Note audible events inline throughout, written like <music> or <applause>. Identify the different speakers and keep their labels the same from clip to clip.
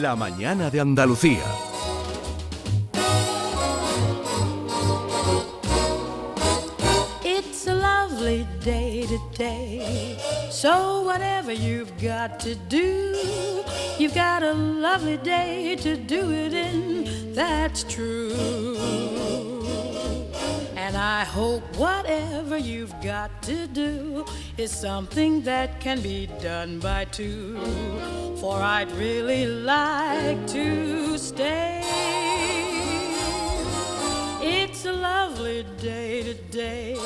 Speaker 1: La mañana de Andalucía.
Speaker 2: It's a lovely day today. So whatever you've got to do, you've got a lovely day to do it in. That's true. And I hope whatever you've got to do is something that can be done by two. For I'd really like to stay. It's a lovely day today,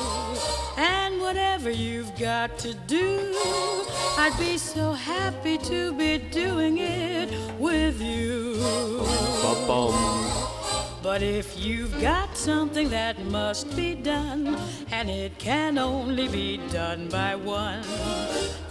Speaker 2: and whatever you've got to do, I'd be so happy to be doing it with you. But if you've got something that must be done, and it can only be done by one,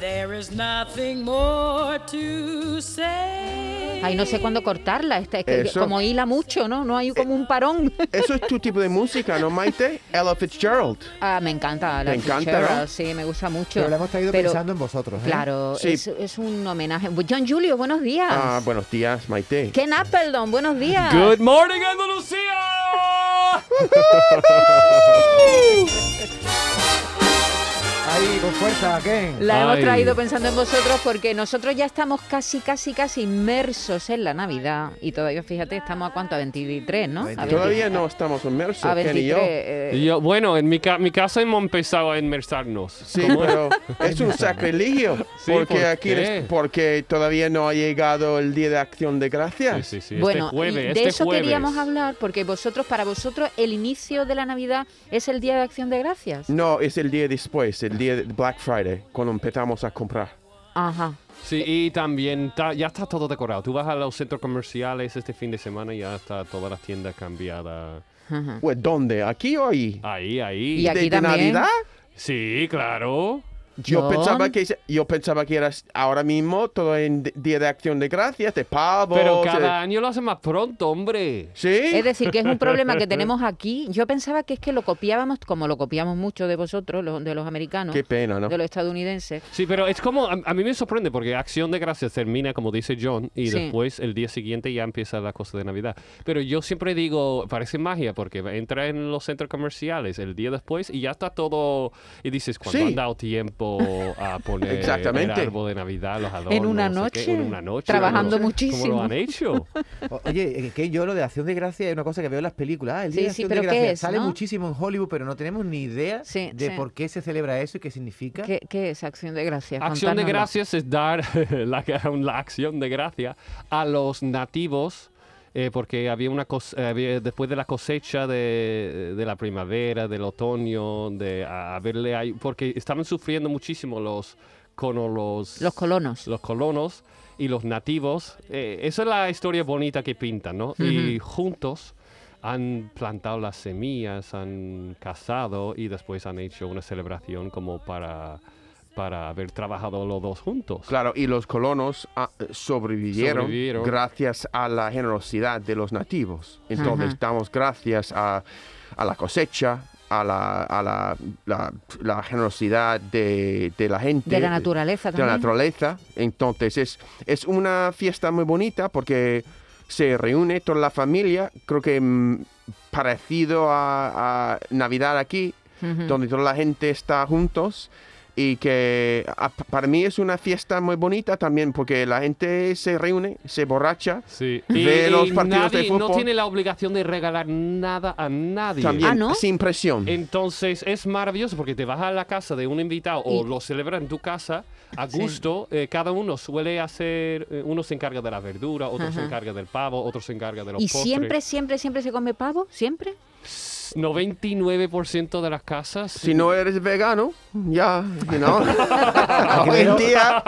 Speaker 2: there is nothing more to say.
Speaker 3: Ay,
Speaker 4: Mm.
Speaker 3: no sé cuándo cortarla. Esta, es que
Speaker 5: Eso. Eh,
Speaker 3: como hila mucho, ¿no? No hay como un parón. <laughs>
Speaker 5: Eso es tu tipo de música, ¿no, Maite? Ella Fitzgerald.
Speaker 3: Ah, me encanta la
Speaker 5: Te encanta,
Speaker 3: Fitzgerald,
Speaker 5: ¿no?
Speaker 3: sí, me gusta mucho.
Speaker 4: Pero lo hemos traído
Speaker 3: Pero,
Speaker 4: pensando en vosotros. ¿eh?
Speaker 3: Claro,
Speaker 5: Sí.
Speaker 3: es, es un homenaje. John Julio, buenos días.
Speaker 5: Ah, buenos días, Maite.
Speaker 3: Ken Appleton, buenos días.
Speaker 6: Good morning, Andalucía.
Speaker 4: Ahí, con fuerza,
Speaker 3: <laughs>
Speaker 4: Ken.
Speaker 3: La hemos
Speaker 6: Ay.
Speaker 3: traído pensando en vosotros porque nosotros ya estamos casi, casi, casi inmersos en la Navidad. Y todavía, fíjate, estamos a cuánto, a 23, ¿no? A
Speaker 5: Todavía
Speaker 3: 23.
Speaker 5: no estamos inmersos,
Speaker 3: A
Speaker 5: Ken y
Speaker 3: 23.
Speaker 5: yo.
Speaker 3: eh,
Speaker 6: Yo- bueno, en mi, ca- mi casa hemos empezado a inmersarnos.
Speaker 5: Sí,
Speaker 6: ¿Cómo es?
Speaker 5: pero es un sacrilegio.
Speaker 6: <laughs> Sí,
Speaker 5: porque
Speaker 6: ¿por
Speaker 5: aquí
Speaker 6: qué?
Speaker 5: es- porque todavía no ha llegado el día de acción de
Speaker 6: Sí,
Speaker 5: gracias.
Speaker 6: sí, sí,
Speaker 3: bueno,
Speaker 6: este jueves,
Speaker 3: y de
Speaker 6: este
Speaker 3: eso
Speaker 6: jueves.
Speaker 3: queríamos hablar porque vosotros, para vosotros, el inicio de la Navidad es el Día de Acción de Gracias.
Speaker 5: No, es el día después, el día de Black Friday, cuando empezamos a comprar.
Speaker 3: Ajá.
Speaker 6: Sí, y también ta- ya está todo decorado. Tú vas a los centros comerciales este fin de semana y ya está toda la tienda cambiada.
Speaker 3: ajá.
Speaker 5: Pues, ¿dónde? ¿Aquí o ahí?
Speaker 6: Ahí, ahí.
Speaker 3: Y
Speaker 5: ¿De,
Speaker 3: aquí
Speaker 5: de
Speaker 3: también.
Speaker 5: Navidad?
Speaker 6: Sí, claro.
Speaker 5: Yo
Speaker 3: John.
Speaker 5: pensaba que se- yo pensaba que era ahora mismo todo en d- día de acción de gracias, de pavos.
Speaker 6: Pero
Speaker 5: eh,
Speaker 6: cada año lo hacen más pronto, hombre.
Speaker 5: Sí.
Speaker 3: Es decir, que es un problema que tenemos aquí. Yo pensaba que es que lo copiábamos, como lo copiamos mucho de vosotros, lo- de los americanos,
Speaker 5: Qué pena, ¿no?
Speaker 3: de los estadounidenses.
Speaker 6: Sí, pero es como, a, a mí me sorprende porque Acción de Gracias termina, como dice John, y
Speaker 3: Sí.
Speaker 6: después el día siguiente ya empieza la cosa de Navidad. Pero yo siempre digo, parece magia porque entra en los centros comerciales el día después y ya está todo, y dices, cuando
Speaker 5: Sí.
Speaker 6: han dado tiempo
Speaker 3: <laughs>
Speaker 6: a poner
Speaker 5: Exactamente.
Speaker 6: el árbol de Navidad, los adornos?
Speaker 3: En una
Speaker 6: no sé qué,
Speaker 3: noche,
Speaker 6: en una noche.
Speaker 3: trabajando
Speaker 6: ¿cómo lo- ¿Cómo
Speaker 3: muchísimo.
Speaker 6: lo han hecho?
Speaker 4: O- Oye, eh, Ken, yo lo de Acción de Gracia es una cosa que veo en las películas. Ah, el día
Speaker 3: Sí,
Speaker 4: de
Speaker 3: sí,
Speaker 4: Acción
Speaker 3: pero
Speaker 4: de
Speaker 3: ¿qué
Speaker 4: Gracia
Speaker 3: es,
Speaker 4: sale
Speaker 3: no?
Speaker 4: muchísimo en Hollywood, pero no tenemos ni idea
Speaker 3: Sí,
Speaker 4: de
Speaker 3: sí.
Speaker 4: por qué se celebra eso y qué significa.
Speaker 3: ¿Qué, qué es acción de gracias?
Speaker 6: Acción de
Speaker 3: Contárnoslo.
Speaker 6: gracias es dar <laughs> la, la acción de gracia a los nativos. eh, porque había una cos- eh, había- después de la cosecha de, de la primavera, del otoño, de a- haberle ahí- porque estaban sufriendo muchísimo los con los,
Speaker 3: Los colonos.
Speaker 6: los colonos y los nativos. Eh, esa es la historia bonita que pintan, ¿no? Y juntos han plantado las semillas, han casado y después han hecho una celebración como para, para haber trabajado los dos juntos.
Speaker 5: Claro, y los colonos ah, sobrevivieron,
Speaker 6: Sobrevivieron.
Speaker 5: gracias a la generosidad de los nativos. Entonces
Speaker 3: Ajá.
Speaker 5: damos gracias a, a la cosecha, a la, a la, la- la generosidad de, de la gente.
Speaker 3: De la naturaleza
Speaker 5: De la
Speaker 3: también.
Speaker 5: naturaleza. Entonces es, es una fiesta muy bonita porque se reúne toda la familia, creo que mm, parecido a, a Navidad aquí,
Speaker 3: Ujú.
Speaker 5: donde toda la gente está juntos y que a- para mí es una fiesta muy bonita también porque la gente se reúne, se borracha.
Speaker 6: Sí.
Speaker 5: Ve los partidos de
Speaker 6: nadie, no
Speaker 5: fútbol.
Speaker 6: tiene la obligación de regalar nada a nadie.
Speaker 5: También
Speaker 3: Ah, ¿no?
Speaker 5: sin presión.
Speaker 6: Eh, Entonces es maravilloso porque te vas a la casa de un invitado o lo celebra en tu casa a gusto. eh, cada uno suele hacer, eh, uno se encarga de la verdura, otro se
Speaker 3: Ajá.
Speaker 6: encarga del pavo, otro se encarga de los
Speaker 3: ¿Y
Speaker 6: postres.
Speaker 3: siempre, siempre, siempre se come pavo? ¿Siempre?
Speaker 6: 99% de las casas.
Speaker 5: Si no eres vegano, ya, you know.
Speaker 3: Ah,
Speaker 5: hoy en día,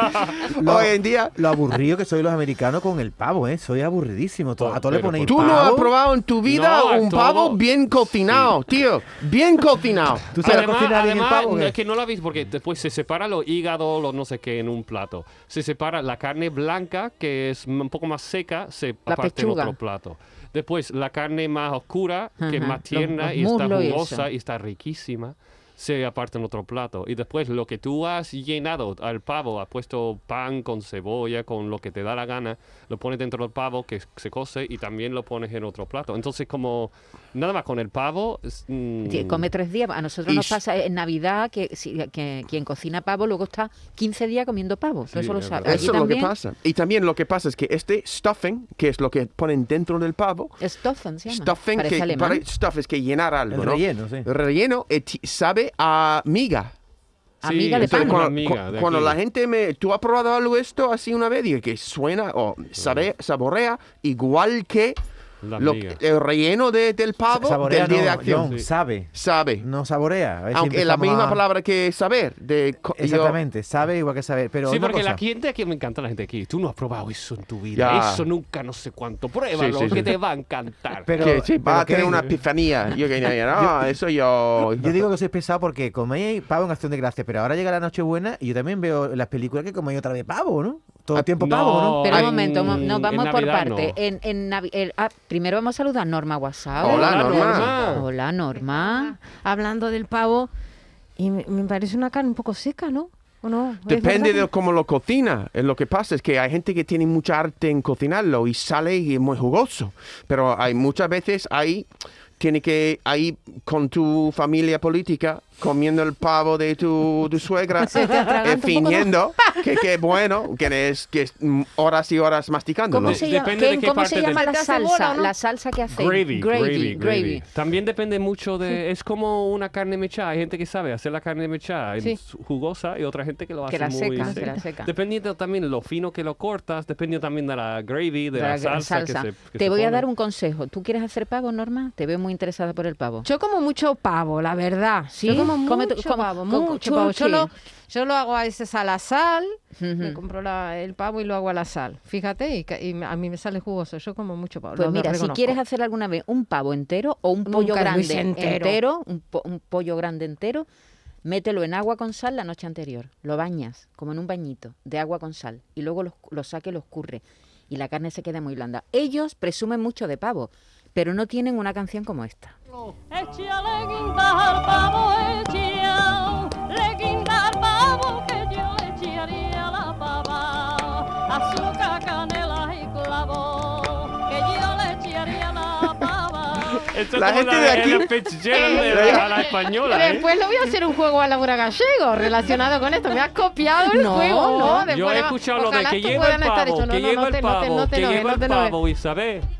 Speaker 4: Lo-
Speaker 5: hoy en día.
Speaker 4: Ah, Lo aburrido que soy los americanos con el pavo, ¿eh? Soy aburridísimo. To- A todos le
Speaker 6: pero
Speaker 4: ponéis
Speaker 5: Tú
Speaker 4: pavo.
Speaker 5: no has probado en tu vida
Speaker 6: No, a
Speaker 5: un
Speaker 6: todo.
Speaker 5: pavo bien cocinado, tío. Bien cocinado.
Speaker 4: ¿Tú sabes cocinar bien el
Speaker 6: además,
Speaker 4: pavo? o qué?
Speaker 6: es que no la habéis porque después se separa los hígados, los no sé qué en un plato. Se separa la carne blanca, que es m- un poco más seca, se
Speaker 3: La
Speaker 6: aparte
Speaker 3: pechuga.
Speaker 6: en otro plato. Después la carne más oscura, que es
Speaker 3: Ajá,
Speaker 6: más
Speaker 3: los-
Speaker 6: tierna
Speaker 3: los
Speaker 6: y está
Speaker 3: muslos y
Speaker 6: jugosa
Speaker 3: eso.
Speaker 6: y, está riquísima. se aparta en otro plato. Y después lo que tú has llenado al pavo, has puesto pan con cebolla, con lo que te da la gana, lo pones dentro del pavo que se cose y también lo pones en otro plato. Entonces como nada más con el pavo... es, mm,
Speaker 3: Sí, Come tres días. A nosotros
Speaker 5: Y
Speaker 3: nos
Speaker 5: s-
Speaker 3: pasa en Navidad que, si- que quien cocina pavo luego está 15 días comiendo pavo.
Speaker 6: Sí,
Speaker 3: eso lo
Speaker 6: es
Speaker 3: sabes. Allí
Speaker 5: Ah,
Speaker 6: verdad.
Speaker 5: Eso es lo que
Speaker 3: también,
Speaker 5: pasa. Y también lo que pasa es que este stuffing, que es lo que ponen dentro del pavo,
Speaker 3: Stoffen se llama.
Speaker 5: stuffing
Speaker 3: Parece
Speaker 5: que,
Speaker 3: alemán.
Speaker 5: pare- stuff es que llenar algo,
Speaker 4: El
Speaker 5: ¿no?
Speaker 4: relleno, sí.
Speaker 5: Relleno eh, ti- sabe a miga.
Speaker 3: Amiga de pan.
Speaker 6: entonces cuando-
Speaker 5: cuando,
Speaker 6: amiga
Speaker 5: cu-
Speaker 6: de
Speaker 5: cuando
Speaker 6: aquí.
Speaker 5: la gente me... ¿Tú has probado algo esto así una vez? Digo, que suena o sabe, saborea igual que
Speaker 6: La
Speaker 5: lo-
Speaker 6: miga.
Speaker 5: el relleno de- del pavo
Speaker 4: Saborea
Speaker 5: del día
Speaker 4: no,
Speaker 5: de acción.
Speaker 4: John,
Speaker 6: Sí.
Speaker 4: sabe.
Speaker 5: Sabe.
Speaker 4: No saborea. A ver si
Speaker 5: Aunque es la
Speaker 4: empezamos
Speaker 5: misma
Speaker 4: a-
Speaker 5: palabra que saber. De, co- yo-
Speaker 4: Exactamente, sabe igual que saber. Pero
Speaker 6: sí,
Speaker 4: una
Speaker 6: porque la
Speaker 4: cosa,
Speaker 6: gente aquí me encanta la gente aquí. Tú no has probado eso en tu vida.
Speaker 5: Ya.
Speaker 6: Eso nunca, no sé cuánto. Pruébalo,
Speaker 5: Sí, sí,
Speaker 6: que
Speaker 5: sí.
Speaker 6: te va a encantar.
Speaker 4: Pero-
Speaker 5: que sí, va
Speaker 4: pero
Speaker 5: a tener
Speaker 4: ¿qué? <laughs>
Speaker 5: una epifanía. Yo que no, eso yo.
Speaker 4: Yo digo que soy pesado porque coméis pavo en acción de gracia, pero ahora llega la Nochebuena y yo también veo en las películas que coméis otra vez pavo, ¿no? Todo el tiempo pavo, ¿no?
Speaker 3: Pero
Speaker 6: Ay,
Speaker 3: un momento, mo-
Speaker 6: en
Speaker 3: no, vamos por
Speaker 6: Navidad
Speaker 3: parte.
Speaker 6: no.
Speaker 3: En, en Navi- el- ah, primero vamos a saludar a Norma Guasao.
Speaker 5: Hola, Norma.
Speaker 3: Hola, Norma.
Speaker 7: hablando del pavo y me, me parece una carne un poco seca, ¿no? ¿O no?
Speaker 4: pues,
Speaker 7: ¿Es
Speaker 5: Depende
Speaker 7: verdad?
Speaker 5: de cómo lo cocina. Eh, Lo que pasa es que hay gente que tiene mucha arte en cocinarlo y sale y es muy jugoso. Pero hay muchas veces ahí tiene que ahí con tu familia política comiendo el pavo de tu, tu suegra
Speaker 7: <laughs> Se te atraganta
Speaker 5: eh,
Speaker 7: un poco, ¿no?
Speaker 5: fingiendo que qué bueno que es que es mm, horas y horas masticándolo.
Speaker 3: ¿Cómo
Speaker 6: De-
Speaker 3: se llama,
Speaker 6: depende de
Speaker 3: Ken,
Speaker 6: qué
Speaker 3: ¿cómo
Speaker 6: parte
Speaker 3: se
Speaker 6: del-
Speaker 3: llama la
Speaker 7: ¿Te hace bola
Speaker 3: salsa?
Speaker 7: o no?
Speaker 3: La salsa que hace
Speaker 6: Gravy, gravy, gravy. También depende mucho de. Es como una carne mechada. Hay gente que sabe hacer la carne mechada en
Speaker 3: Sí.
Speaker 6: su- jugosa y otra gente que lo hace
Speaker 3: Que la
Speaker 6: muy
Speaker 3: seca, que la seca.
Speaker 6: Dependiendo también lo fino que lo cortas, dependiendo también de la gravy, de,
Speaker 3: de
Speaker 6: la,
Speaker 3: la
Speaker 6: salsa.
Speaker 3: salsa.
Speaker 6: Que se, que
Speaker 3: Te
Speaker 6: se
Speaker 3: voy a
Speaker 6: pone.
Speaker 3: dar un consejo. ¿Tú quieres hacer pavo, Norma? Te veo muy interesada por el pavo.
Speaker 7: Yo como mucho pavo, la verdad.
Speaker 3: ¿Sí?
Speaker 7: Yo como
Speaker 3: Come tú-
Speaker 7: mucho
Speaker 3: come-
Speaker 7: pavo,
Speaker 3: co- co-
Speaker 7: mucho
Speaker 3: pavo,
Speaker 7: pavo. Yo
Speaker 3: sí.
Speaker 7: lo, yo lo hago a veces a la sal, me
Speaker 3: Ujú.
Speaker 7: compro la- el pavo y lo hago a la sal. Fíjate, y, ca- y a mí me sale jugoso. Yo como mucho pavo.
Speaker 3: Pues
Speaker 7: lo
Speaker 3: mira, si
Speaker 7: reconozco.
Speaker 3: quieres hacer alguna vez un pavo entero o un
Speaker 7: Nunca
Speaker 3: pollo
Speaker 7: lo
Speaker 3: grande
Speaker 7: hice
Speaker 3: entero,
Speaker 7: entero.
Speaker 3: un, po- un pollo grande entero, mételo en agua con sal la noche anterior. Lo bañas, como en un bañito, de agua con sal. Y luego lo, lo saque y lo escurre. Y la carne se queda muy blanda. Ellos presumen mucho de pavo, pero no tienen una canción como esta.
Speaker 2: Echa le guindar pavo, echa le guindar pavo, que yo le echaría la pava. Azúcar, canela y clavo, que yo le echaría la pava.
Speaker 6: Esto es
Speaker 5: La
Speaker 6: como
Speaker 5: gente de aquí-
Speaker 6: la
Speaker 3: <laughs>
Speaker 6: Fitzgerald de la, la española. ¿eh?
Speaker 7: Después lo voy a hacer un juego a Laura Gallego relacionado con esto. Me has copiado el
Speaker 3: No,
Speaker 7: juego, ¿no? Después
Speaker 6: Yo he
Speaker 7: le va-
Speaker 6: escuchado lo de
Speaker 7: ojalá
Speaker 6: que
Speaker 7: esto
Speaker 6: lleva
Speaker 7: puedan
Speaker 6: el
Speaker 7: estar
Speaker 6: pavo,
Speaker 7: hechos. No,
Speaker 6: que
Speaker 7: no,
Speaker 6: lleva
Speaker 7: no
Speaker 6: el
Speaker 7: te- no te-
Speaker 6: pavo,
Speaker 7: no te
Speaker 6: que
Speaker 7: enojes,
Speaker 6: lleva
Speaker 7: no te
Speaker 6: el
Speaker 7: enojes.
Speaker 6: pavo, Isabel.
Speaker 7: <laughs>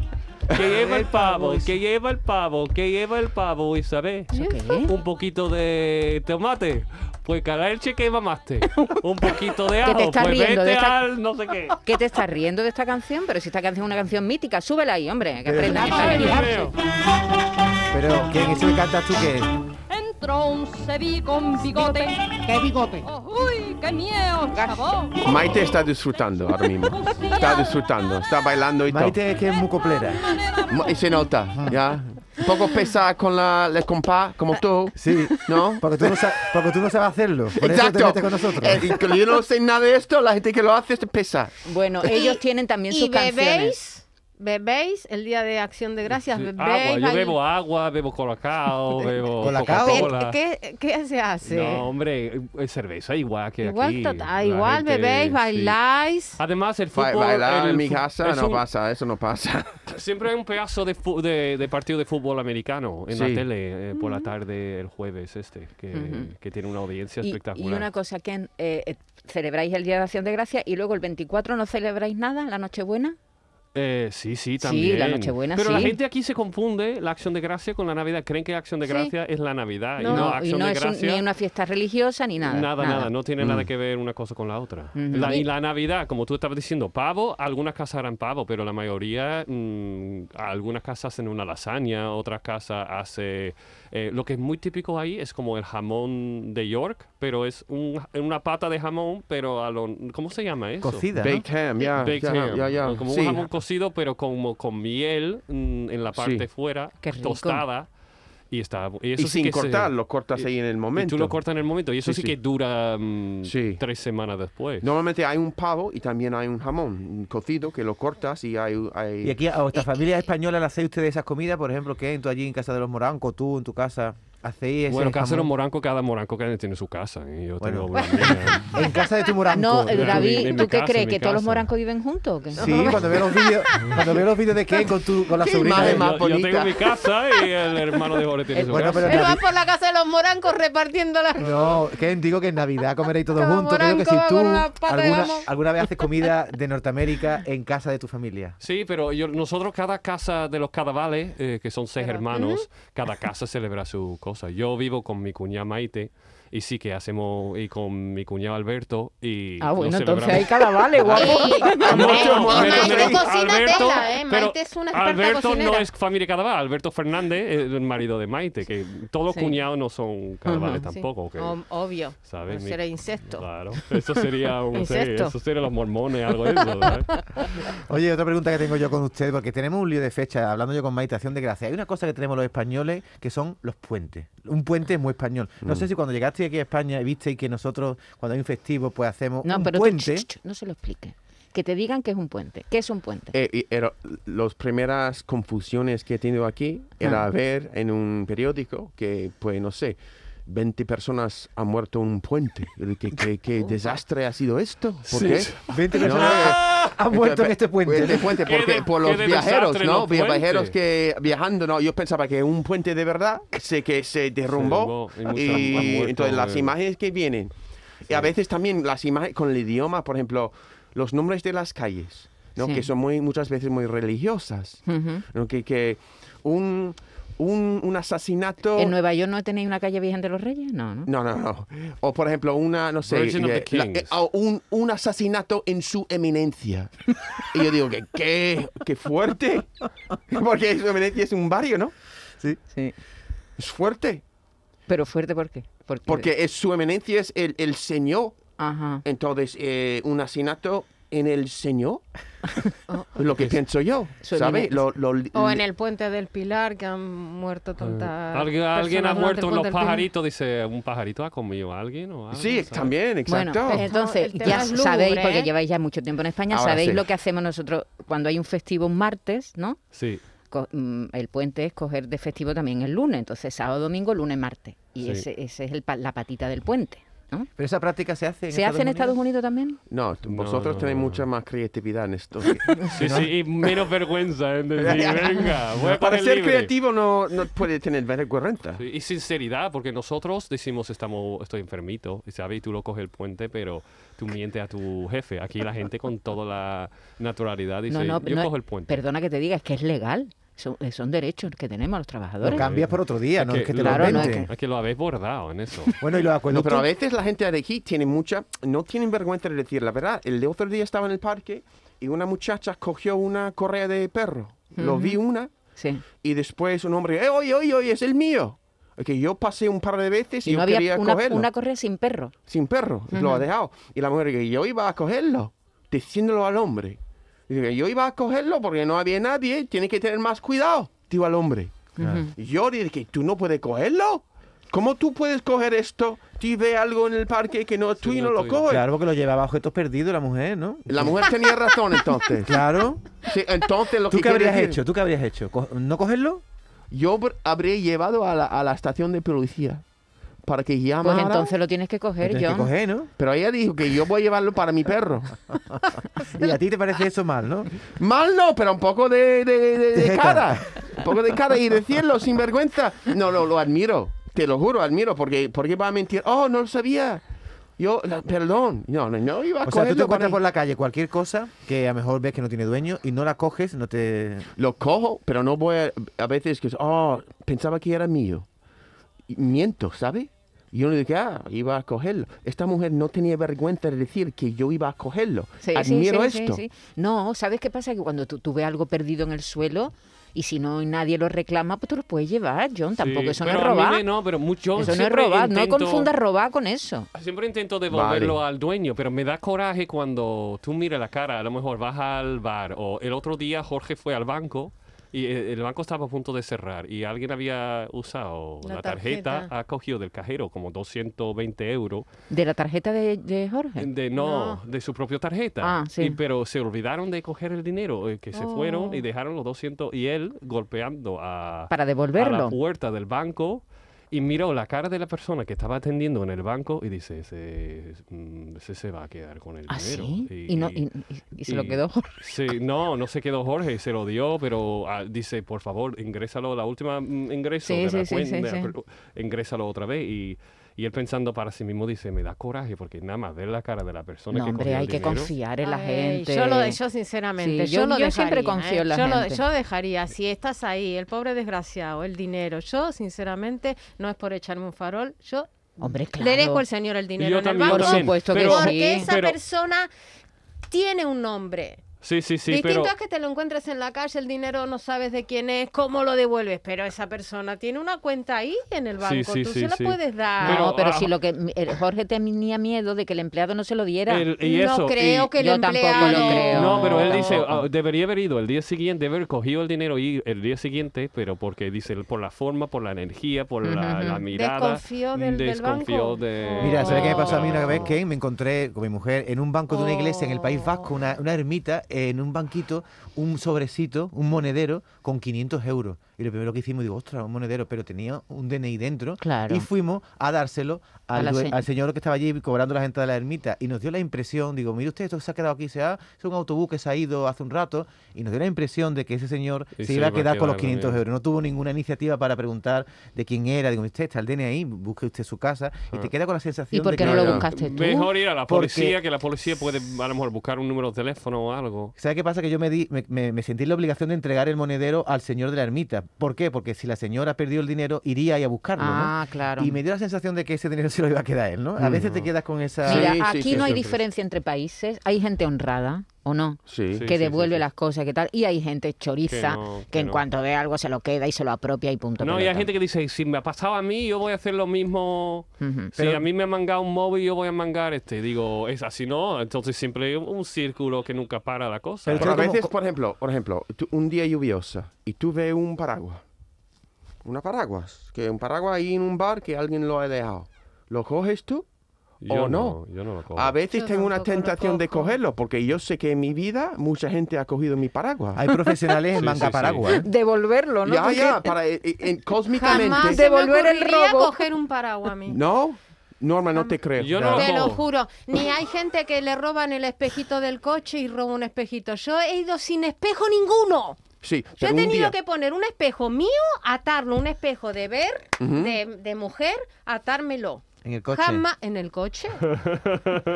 Speaker 6: Que lleva el pavo, que lleva el pavo, que lleva el pavo, Isabel.
Speaker 3: ¿Eso qué es?
Speaker 6: Un poquito de tomate, pues calarche que
Speaker 7: <laughs>
Speaker 6: mamaste. Un poquito de
Speaker 3: te
Speaker 6: ajo,
Speaker 3: estás
Speaker 6: pues
Speaker 3: riendo,
Speaker 6: vete
Speaker 3: te estás-
Speaker 6: al no
Speaker 7: <laughs>
Speaker 6: sé qué.
Speaker 3: ¿Qué te estás riendo de esta canción? Pero si esta canción es una canción mítica, súbela ahí, hombre. Que
Speaker 4: Pero-
Speaker 3: aprenda a
Speaker 6: Ay, Dios
Speaker 3: bailar.
Speaker 6: mío.
Speaker 4: Pero ¿quién eso que cantas tú que
Speaker 2: Entró un cebi con bigote. ¿Qué bigote? uy, qué miedo, chabón.
Speaker 5: Maite está disfrutando ahora mismo. Está disfrutando, está bailando y todo.
Speaker 4: Maite es que es mucoplera?
Speaker 5: Ma- Se nota, ya. Un poco pesada con la, la compás, como tú.
Speaker 4: Sí,
Speaker 5: ¿No?
Speaker 4: porque tú no, sa- porque tú no sabes hacerlo. Por eso te
Speaker 5: Exacto.
Speaker 4: metes con nosotros.
Speaker 5: Eh, y que yo no sé nada de esto, la gente que lo hace es pesa.
Speaker 3: Bueno, ellos tienen también
Speaker 7: y
Speaker 3: sus canciones.
Speaker 7: bebéis, bebéis el día de Acción de Gracias, bebéis.
Speaker 6: Agua, Ah, yo
Speaker 7: ahí-
Speaker 6: bebo agua,
Speaker 7: <laughs>
Speaker 6: bebo colacao, bebo
Speaker 4: Colacao.
Speaker 7: ¿Qué-
Speaker 6: Coca-Cola.
Speaker 7: ¿Qué, qué se hace?
Speaker 6: No, hombre, eh, cerveza igual que
Speaker 7: igual
Speaker 6: aquí.
Speaker 7: total,
Speaker 6: La
Speaker 7: igual
Speaker 6: gente,
Speaker 7: bebéis,
Speaker 6: sí. Ah,
Speaker 7: bailáis.
Speaker 6: Además, el
Speaker 5: Ba-
Speaker 6: fútbol...
Speaker 5: Bailar
Speaker 6: el
Speaker 5: en mi
Speaker 6: fu-
Speaker 5: casa
Speaker 6: es
Speaker 5: no
Speaker 6: un-
Speaker 5: pasa, eso no pasa.
Speaker 6: Siempre hay un pedazo de, fu- de, de partido de fútbol americano en la
Speaker 5: Sí.
Speaker 6: tele eh, por la tarde el jueves este, que,
Speaker 3: Mm. Ujú.
Speaker 6: que tiene una audiencia
Speaker 3: Y-
Speaker 6: espectacular.
Speaker 3: Y, una cosa, que celebráis el Día de Acción de Gracia y luego el 24 no celebráis nada, la Nochebuena.
Speaker 6: Eh, sí, sí,
Speaker 3: la
Speaker 6: también.
Speaker 3: Nochebuena,
Speaker 6: Pero la
Speaker 3: sí.
Speaker 6: gente aquí se confunde la Acción de Gracia con la Navidad. Creen que Acción de
Speaker 7: Sí.
Speaker 6: Gracia es la Navidad
Speaker 7: No,
Speaker 6: y no
Speaker 7: no,
Speaker 3: y
Speaker 6: Acción
Speaker 3: no
Speaker 6: de
Speaker 3: es un-
Speaker 6: Gracia.
Speaker 3: ni una fiesta religiosa ni nada. Mm.
Speaker 6: Nada, nada, no tiene nada que ver una cosa con la otra.
Speaker 3: Ujú.
Speaker 6: La- y la Navidad, como tú estabas diciendo, pavo, algunas casas harán pavo, pero la mayoría, mm, algunas casas hacen una lasaña, otras casas hace... eh, lo que es muy típico ahí es como el jamón de York, pero es un- una pata de jamón, pero a lo... ¿Cómo se llama eso?
Speaker 4: Cocida. ¿no?
Speaker 5: Baked ham, Ah, ya.
Speaker 6: Baked
Speaker 5: ya,
Speaker 6: ham,
Speaker 5: ya, ya.
Speaker 6: ¿no? Como
Speaker 5: Sí.
Speaker 6: un jamón cocido, pero como con miel mm, en la
Speaker 5: Sí.
Speaker 6: parte fuera,
Speaker 3: Qué rico.
Speaker 6: tostada. Y, está, y
Speaker 5: Y
Speaker 6: eso sí
Speaker 5: sin
Speaker 6: que se-
Speaker 5: cortar, lo cortas ahí en el
Speaker 6: y
Speaker 5: momento.
Speaker 6: tú lo cortas en el momento. Y eso sí,
Speaker 5: Sí, sí.
Speaker 6: que dura mm,
Speaker 5: Sí.
Speaker 6: tres semanas después.
Speaker 5: Normalmente hay un pavo y también hay un jamón cocido que lo cortas y hay... hay-
Speaker 4: Y aquí a vuestra familia española la hacéis ustedes esas comidas, por ejemplo, que en tú allí en casa de los Morancos, tú en tu casa. hacéis ese
Speaker 6: Bueno, Cáceres
Speaker 4: jamón
Speaker 6: Moranco, cada Moranco que tiene su casa. Y yo
Speaker 4: Bueno.
Speaker 6: tengo la mía.
Speaker 4: en casa de tu moranco.
Speaker 3: Ah, No,
Speaker 6: en mi-
Speaker 3: David,
Speaker 6: en mi
Speaker 3: ¿tú qué
Speaker 6: casa,
Speaker 3: crees?
Speaker 6: en mi
Speaker 3: ¿Que todos los
Speaker 6: casa.
Speaker 3: morancos viven juntos? o qué?
Speaker 4: Sí, cuando veo los vídeos, cuando veo los vídeos de Ken con tu con la
Speaker 5: Qué
Speaker 4: sobrina.
Speaker 5: imagen
Speaker 4: de-
Speaker 5: más
Speaker 6: yo, yo tengo
Speaker 5: bonita.
Speaker 6: mi casa y el hermano de Jorge tiene su
Speaker 4: Bueno,
Speaker 6: casa.
Speaker 4: pero
Speaker 7: Él va
Speaker 4: Navi-
Speaker 7: por la casa de los morancos repartiendo las...
Speaker 4: no, Ken, digo que en Navidad comeréis todos
Speaker 7: Como
Speaker 4: juntos. Creo que si
Speaker 7: moranco va
Speaker 4: tú
Speaker 7: con una pata de
Speaker 4: alguna,
Speaker 7: jamón.
Speaker 4: alguna vez haces comida de Norteamérica en casa de tu familia.
Speaker 6: Sí, pero yo- nosotros cada casa de los cadavales, eh, que son seis hermanos, cada casa celebra su cosa. Yo vivo con mi cuñada Maite y sí que hacemos, y con mi cuñado Alberto y...
Speaker 3: Ah,
Speaker 6: lo
Speaker 3: bueno, entonces hay
Speaker 6: celebramos.
Speaker 3: cadavales, guapo.
Speaker 7: Y-
Speaker 6: No,
Speaker 7: Hombre,
Speaker 6: no,
Speaker 7: y
Speaker 6: pero-
Speaker 7: Maite
Speaker 6: pero-
Speaker 7: cocina
Speaker 6: Alberto-
Speaker 7: tela, ¿eh?
Speaker 6: pero
Speaker 7: Maite es una experta
Speaker 6: Alberto
Speaker 7: cocinera.
Speaker 6: no es familia cadaval, Alberto Fernández es el marido de Maite, que todos
Speaker 3: Sí.
Speaker 6: cuñados no son cadavales
Speaker 7: Sí.
Speaker 6: tampoco. que-
Speaker 7: Ob- obvio.
Speaker 6: ¿Sabes?
Speaker 7: No
Speaker 6: Mi-
Speaker 7: será incesto.
Speaker 6: Claro, eso sería un... sí,
Speaker 7: Incesto.
Speaker 6: eso sería los mormones, algo de eso, ¿eh? ¿sabes?
Speaker 7: <laughs>
Speaker 4: Oye, otra pregunta que tengo yo con usted, porque tenemos un lío de fecha, hablando yo con Meditación de Gracia. Hay una cosa que tenemos los españoles que son los puentes. Un puente es muy español. No sé si cuando llegaste aquí a España y visteis que nosotros, cuando hay un festivo, pues hacemos
Speaker 3: No,
Speaker 4: un
Speaker 3: pero tú,
Speaker 4: puente.
Speaker 3: ch, ch, ch, no se lo explique. Que te digan que es un puente. ¿Qué es un puente?
Speaker 5: Eh, y era- las primeras confusiones que he tenido aquí era ver en un periódico que, pues no sé, 20 personas han muerto en un puente. El que- que- ¿Qué, desastre ha sido esto? ¿Por
Speaker 6: Sí.
Speaker 5: qué?
Speaker 4: 20
Speaker 5: No,
Speaker 4: personas
Speaker 5: eh,
Speaker 4: han <laughs> muerto en
Speaker 5: pe-
Speaker 4: este puente.
Speaker 5: este puente,
Speaker 6: Qué
Speaker 5: porque
Speaker 6: de-
Speaker 5: por
Speaker 6: qué
Speaker 5: los
Speaker 6: de
Speaker 5: viajeros,
Speaker 6: desastre
Speaker 5: ¿no?
Speaker 6: los
Speaker 5: viajeros
Speaker 6: puentes.
Speaker 5: que viajando, no. Yo pensaba que un puente de verdad sé que se derrumbó
Speaker 6: Se derrumbó y
Speaker 5: y,
Speaker 6: muchos han- han muerto,
Speaker 5: entonces las
Speaker 6: eh.
Speaker 5: imágenes que vienen y a veces también las imágenes con el idioma, por ejemplo, los nombres de las calles, ¿no?
Speaker 3: Sí.
Speaker 5: Que son muy muchas veces muy religiosas,
Speaker 4: Mm.
Speaker 3: Ujú.
Speaker 5: ¿no? Que, que un, un, un asesinato
Speaker 3: ¿En Nueva York no tenéis una calle Virgen de los Reyes? No, ¿no?
Speaker 5: no, no, no. O por ejemplo, una, no sé,
Speaker 6: Virgin of the
Speaker 5: la- eh,
Speaker 6: Kings.
Speaker 5: o un, un asesinato en su eminencia. y yo digo que qué, qué fuerte. Porque su eminencia es un barrio, ¿no?
Speaker 3: Sí.
Speaker 5: Es fuerte.
Speaker 3: Pero fuerte, ¿por qué? Porque...
Speaker 5: Porque es, su eminencia es el, el señor.
Speaker 3: Ajá.
Speaker 5: Entonces, eh, un asesinato en
Speaker 3: <laughs>
Speaker 5: el señor. lo que pienso yo.
Speaker 3: Su
Speaker 5: ¿Sabes?
Speaker 3: eminencia.
Speaker 5: Lo, lo-
Speaker 7: O en el puente del Pilar que han muerto tantas.
Speaker 6: Eh, Alguien, alguien ha
Speaker 7: personas durante
Speaker 6: muerto
Speaker 7: el
Speaker 6: en los
Speaker 7: puente del Pilar.
Speaker 6: paritos, dice, un pajarito ha comido a alguien o algo,
Speaker 5: Sí,
Speaker 6: ¿sabes?
Speaker 5: también, exacto.
Speaker 3: Bueno, pues entonces,
Speaker 7: El tema
Speaker 3: ya
Speaker 7: es lúgubre,
Speaker 3: sabéis, porque
Speaker 7: ¿eh?
Speaker 3: lleváis ya mucho tiempo en España,
Speaker 5: Ahora
Speaker 3: sabéis
Speaker 5: sí.
Speaker 3: lo que hacemos nosotros cuando hay un festivo un martes, ¿no?
Speaker 6: Sí.
Speaker 3: Co- mm, el puente es coger de festivo también el lunes, entonces sábado, domingo, lunes, martes. Y
Speaker 6: Sí.
Speaker 3: ese, ese es el pa- la patita del puente, ¿no?
Speaker 4: Pero esa práctica se hace en
Speaker 3: ¿Se hace en Estados Unidos también?
Speaker 5: no, t- vosotros
Speaker 6: no,
Speaker 5: tenéis
Speaker 6: no.
Speaker 5: mucha más creatividad en
Speaker 6: <laughs>
Speaker 5: esto.
Speaker 6: Sí, sí, y
Speaker 5: <laughs>
Speaker 6: menos vergüenza en decir, venga, voy a
Speaker 5: Para
Speaker 6: coger
Speaker 5: ser
Speaker 6: libre".
Speaker 5: creativo no, no puede tener vergüenza.
Speaker 6: Sí, Y sinceridad, porque nosotros decimos, estamos, estoy enfermito, y sabes, y tú lo coges el puente, pero tú mientes a tu jefe. Aquí la gente con toda la naturalidad dice, yo cojo el puente.
Speaker 3: Perdona que te diga, es que es legal. Son, eh, son derechos que tenemos los trabajadores.
Speaker 4: Lo cambias por otro día, no es que te
Speaker 3: claro,
Speaker 4: lo
Speaker 3: no es
Speaker 4: inventen.
Speaker 3: que-
Speaker 6: es que lo habéis bordado en eso.
Speaker 4: Bueno, y los
Speaker 5: No,
Speaker 4: acueductos.
Speaker 5: pero a veces la gente de aquí tiene mucha, no tienen vergüenza de decir la verdad. El de otro día estaba en el parque y una muchacha cogió una correa de perro. Lo vi una
Speaker 3: Sí.
Speaker 5: y después un hombre, "Eh, oye, oye, oye, es el mío. Que yo pasé un par de veces
Speaker 3: Y
Speaker 5: y,
Speaker 3: no
Speaker 5: yo
Speaker 3: había
Speaker 5: quería
Speaker 3: una,
Speaker 5: cogerlo
Speaker 3: una correa sin perro.
Speaker 5: sin perro, lo ha dejado. Y la mujer que yo iba a cogerlo, diciéndolo al hombre. Dice, yo iba a cogerlo porque no había nadie, tiene que tener más cuidado, digo al hombre. Y Yo dije que tú no puedes cogerlo. ¿Cómo tú puedes coger esto? Tú ve algo en el parque que no es tuyo y no
Speaker 6: no es
Speaker 5: lo
Speaker 6: tuyo.
Speaker 5: coges.
Speaker 4: Claro, porque lo llevaba objetos perdidos la mujer, ¿no?
Speaker 5: La mujer tenía razón entonces.
Speaker 4: <laughs> Claro.
Speaker 5: Sí, entonces Eh, lo
Speaker 4: ¿Tú
Speaker 5: que
Speaker 4: qué
Speaker 5: quiero
Speaker 4: habrías
Speaker 5: decir,
Speaker 4: hecho? ¿Tú qué habrías hecho? Co- ¿No cogerlo?
Speaker 5: Yo br- habría llevado a la, a la estación de policía para que llamara.
Speaker 3: Pues entonces lo tienes que
Speaker 4: Lo
Speaker 3: coger,
Speaker 4: tienes que
Speaker 3: John.
Speaker 4: coger, ¿no?
Speaker 5: Pero ella dijo que yo voy a llevarlo para mi perro.
Speaker 4: Y a ti te parece eso
Speaker 5: <laughs>
Speaker 4: mal, ¿no?
Speaker 5: Mal no, pero un poco de, de- de- de
Speaker 4: <laughs> De
Speaker 5: cara. Un poco de cara y decirlo sin vergüenza. No, lo, lo admiro. Te lo juro, admiro. Porque, porque va a mentir. Oh, no lo sabía. Yo, la- perdón. No, no, no iba a
Speaker 4: O sea, tú te
Speaker 5: cogerlo para
Speaker 4: encuentras
Speaker 5: ahí.
Speaker 4: por la calle cualquier cosa que a lo mejor ves que no tiene dueño y no la coges, no te...
Speaker 5: Lo cojo, pero no voy a... A veces que... Oh, pensaba que era mío. Y Miento, ¿sabe? Y uno dice, ah, iba a cogerlo. Esta mujer no tenía vergüenza de decir que yo iba a cogerlo.
Speaker 3: Sí, sí,
Speaker 5: Admiro
Speaker 3: sí, sí,
Speaker 5: esto.
Speaker 3: sí. No, ¿sabes qué pasa? Que cuando tú, tú ves algo perdido en el suelo y si no nadie lo reclama, pues tú lo puedes llevar, John. <laughs> Tampoco
Speaker 6: Sí,
Speaker 3: eso no
Speaker 6: pero
Speaker 3: es
Speaker 6: a mí
Speaker 3: robar.
Speaker 6: me- no, pero mucho,
Speaker 3: eso no es
Speaker 6: siempre
Speaker 3: robar. No
Speaker 6: intento-
Speaker 3: confundas robar con eso.
Speaker 6: Siempre intento devolverlo al dueño, pero me da coraje cuando tú miras la cara. A lo mejor vas al bar o el otro día Jorge fue al banco y eh, el banco estaba a punto de cerrar y alguien había usado la,
Speaker 7: La
Speaker 6: tarjeta.
Speaker 7: tarjeta.
Speaker 6: ha cogido del cajero como 220 euros
Speaker 3: De la tarjeta de, de Jorge.
Speaker 6: de no, de su propia tarjeta.
Speaker 3: Eh. Ah, sí.
Speaker 6: Y- pero se olvidaron de coger el dinero, eh, que se
Speaker 7: Oh.
Speaker 6: fueron y dejaron los 200 y él golpeando a
Speaker 3: Para
Speaker 6: a la
Speaker 3: devolverlo.
Speaker 6: puerta del banco y miró la cara de la persona que estaba atendiendo en el banco y dice, ese, mm, ese se va a quedar con el
Speaker 3: ¿Ah,
Speaker 6: dinero.
Speaker 3: sí? Y, no, y, y- y se lo
Speaker 6: y-
Speaker 3: quedó.
Speaker 6: Sí, no, no se quedó Jorge, se lo dio, pero ah, dice, por favor, ingrésalo, la última mm, ingreso
Speaker 3: Sí,
Speaker 6: de la
Speaker 3: sí, sí,
Speaker 6: cuenta,
Speaker 3: sí, sí.
Speaker 6: pero ingrésalo otra vez y... y él pensando para sí mismo dice, me da coraje porque nada más ver la cara de la persona
Speaker 3: No,
Speaker 6: que
Speaker 3: hombre,
Speaker 6: cogió el
Speaker 3: hay que
Speaker 6: dinero".
Speaker 3: confiar en la
Speaker 8: Ay,
Speaker 3: gente.
Speaker 8: Yo lo yo sinceramente,
Speaker 3: Sí,
Speaker 8: yo,
Speaker 3: yo-
Speaker 8: lo
Speaker 3: yo siempre
Speaker 8: dejaría, ¿eh?
Speaker 3: confío en la
Speaker 8: yo lo-
Speaker 3: gente.
Speaker 8: yo dejaría, si estás ahí, el pobre desgraciado, el dinero. Yo sinceramente no es por echarme un farol, yo
Speaker 3: Hombre, claro.
Speaker 8: le dejo al señor el dinero
Speaker 6: yo
Speaker 8: en
Speaker 6: también,
Speaker 8: el
Speaker 6: yo
Speaker 8: banco.
Speaker 6: también.
Speaker 3: Por supuesto que
Speaker 6: pero,
Speaker 8: Porque
Speaker 3: sí.
Speaker 8: esa
Speaker 6: pero-
Speaker 8: persona tiene un nombre.
Speaker 6: Sí, sí, sí,
Speaker 8: Distinto
Speaker 6: pero...
Speaker 8: es que te lo encuentres en la calle, el dinero no sabes de quién es, cómo lo devuelves, pero esa persona tiene una cuenta ahí en el
Speaker 6: Sí,
Speaker 8: banco,
Speaker 6: sí,
Speaker 8: tú
Speaker 6: sí,
Speaker 8: se la
Speaker 6: sí.
Speaker 8: puedes dar.
Speaker 6: Pero,
Speaker 3: no, pero
Speaker 6: ah,
Speaker 3: si lo que el Jorge tenía miedo de que el empleado no se lo diera.
Speaker 6: el- y eso,
Speaker 8: no
Speaker 6: y-
Speaker 8: creo que el
Speaker 3: Yo tampoco lo
Speaker 8: empleado...
Speaker 3: creo.
Speaker 6: No, pero él dice,
Speaker 3: tampoco.
Speaker 6: "Ah, debería haber ido el día siguiente, haber cogido el dinero y ir el día siguiente, pero porque dice, por la forma, por la energía, por la, la mirada.
Speaker 8: Desconfió del- del
Speaker 6: desconfió
Speaker 8: banco.
Speaker 6: de-
Speaker 4: Mira, ¿sabes qué me
Speaker 8: Oh.
Speaker 4: pasó a mí una vez que me encontré con mi mujer en un banco de una iglesia en el País Vasco, una, una ermita, en un banquito, un sobrecito, un monedero con 500 euros? Y lo primero que hicimos, digo, ostras, un monedero, pero tenía un DNI dentro.
Speaker 3: Claro.
Speaker 4: Y fuimos a dárselo
Speaker 3: A
Speaker 4: al,
Speaker 3: la
Speaker 4: due-
Speaker 3: se-
Speaker 4: al señor que estaba allí cobrando la gente de la ermita. Y nos dio la impresión, digo, mire usted, esto que se ha quedado aquí, se ha, es un autobús que se ha ido hace un rato. Y nos dio la impresión de que ese señor
Speaker 6: Y
Speaker 4: se iba a quedar con los
Speaker 6: también.
Speaker 4: 500 euros pero no tuvo ninguna iniciativa para preguntar de quién era. Digo, usted está el DNI, busque usted su casa y
Speaker 6: Ah.
Speaker 4: te queda con la sensación
Speaker 3: ¿Y por
Speaker 4: de
Speaker 3: qué
Speaker 4: que
Speaker 3: no lo
Speaker 6: Mira,
Speaker 3: buscaste tú?
Speaker 6: Mejor ir a la
Speaker 4: Porque-
Speaker 6: policía, que la policía puede a lo mejor buscar un número de teléfono o algo.
Speaker 4: ¿Sabes qué pasa? Que yo me, di, me, me- me sentí en la obligación de entregar el monedero al señor de la ermita. ¿Por qué? Porque si la señora perdió el dinero, iría ahí a buscarlo. ¿no?
Speaker 3: Ah, claro.
Speaker 4: Y me dio la sensación de que ese dinero <laughs> se lo iba a quedar él, ¿no? A veces
Speaker 6: Mm.
Speaker 4: te quedas con esa...
Speaker 3: Mira,
Speaker 5: Sí, sí,
Speaker 3: aquí
Speaker 5: sí,
Speaker 3: no hay
Speaker 5: siempre.
Speaker 3: diferencia entre países. Hay gente honrada, ¿o no?
Speaker 5: Sí.
Speaker 6: Sí.
Speaker 3: que devuelve
Speaker 6: sí.
Speaker 3: las cosas, que tal. Y hay gente choriza, que,
Speaker 6: Que no, que
Speaker 3: en
Speaker 6: no.
Speaker 3: cuanto ve algo se lo queda y se lo apropia y punto.
Speaker 6: No, y hay
Speaker 3: pelota.
Speaker 6: gente que dice, si me ha pasado a mí, yo voy a hacer lo mismo.
Speaker 3: Ujú.
Speaker 6: Si a mí me ha mangado un móvil, yo voy a mangar este. Digo, es así, ¿no? Entonces siempre hay un, un círculo que nunca para la cosa.
Speaker 4: Pero
Speaker 5: Pero a
Speaker 4: ¿cómo-
Speaker 5: veces,
Speaker 4: cómo-
Speaker 5: por ejemplo, por ejemplo tú- un día lluviosa y tú ves un paraguas. Una paraguas. Que un paraguas ahí en un bar que alguien lo ha dejado. ¿Lo coges tú?
Speaker 6: yo
Speaker 5: o no.
Speaker 6: Yo no lo cojo.
Speaker 5: A veces
Speaker 8: Yo
Speaker 5: tengo una
Speaker 8: tampoco lo
Speaker 5: tentación de
Speaker 8: cojo.
Speaker 5: cogerlo porque yo sé que en mi vida mucha gente ha cogido mi paraguas.
Speaker 4: Hay profesionales en
Speaker 6: Sí,
Speaker 4: manga
Speaker 6: sí, sí.
Speaker 4: paraguas. ¿eh?
Speaker 3: <laughs> Devolverlo, ¿no?
Speaker 5: ya,
Speaker 3: Porque-
Speaker 5: ya, para, eh, eh, en-
Speaker 8: Jamás
Speaker 5: cósmicamente.
Speaker 8: se me
Speaker 3: Devolver el
Speaker 8: ocurriría
Speaker 3: robo.
Speaker 8: coger un paraguas a mí.
Speaker 5: No, Norma, no te creo.
Speaker 6: Yo no lo
Speaker 8: Te lo
Speaker 6: cojo.
Speaker 8: juro, ni hay gente que le roban el espejito del coche y roba un espejito. Yo he ido sin espejo ninguno.
Speaker 5: Sí,
Speaker 8: Yo he
Speaker 5: pero un
Speaker 8: tenido
Speaker 5: día-
Speaker 8: que poner un espejo mío, atarlo, un espejo de ver, de, de mujer, atármelo.
Speaker 4: En el coche.
Speaker 8: Jamás en el
Speaker 5: <laughs>
Speaker 8: coche.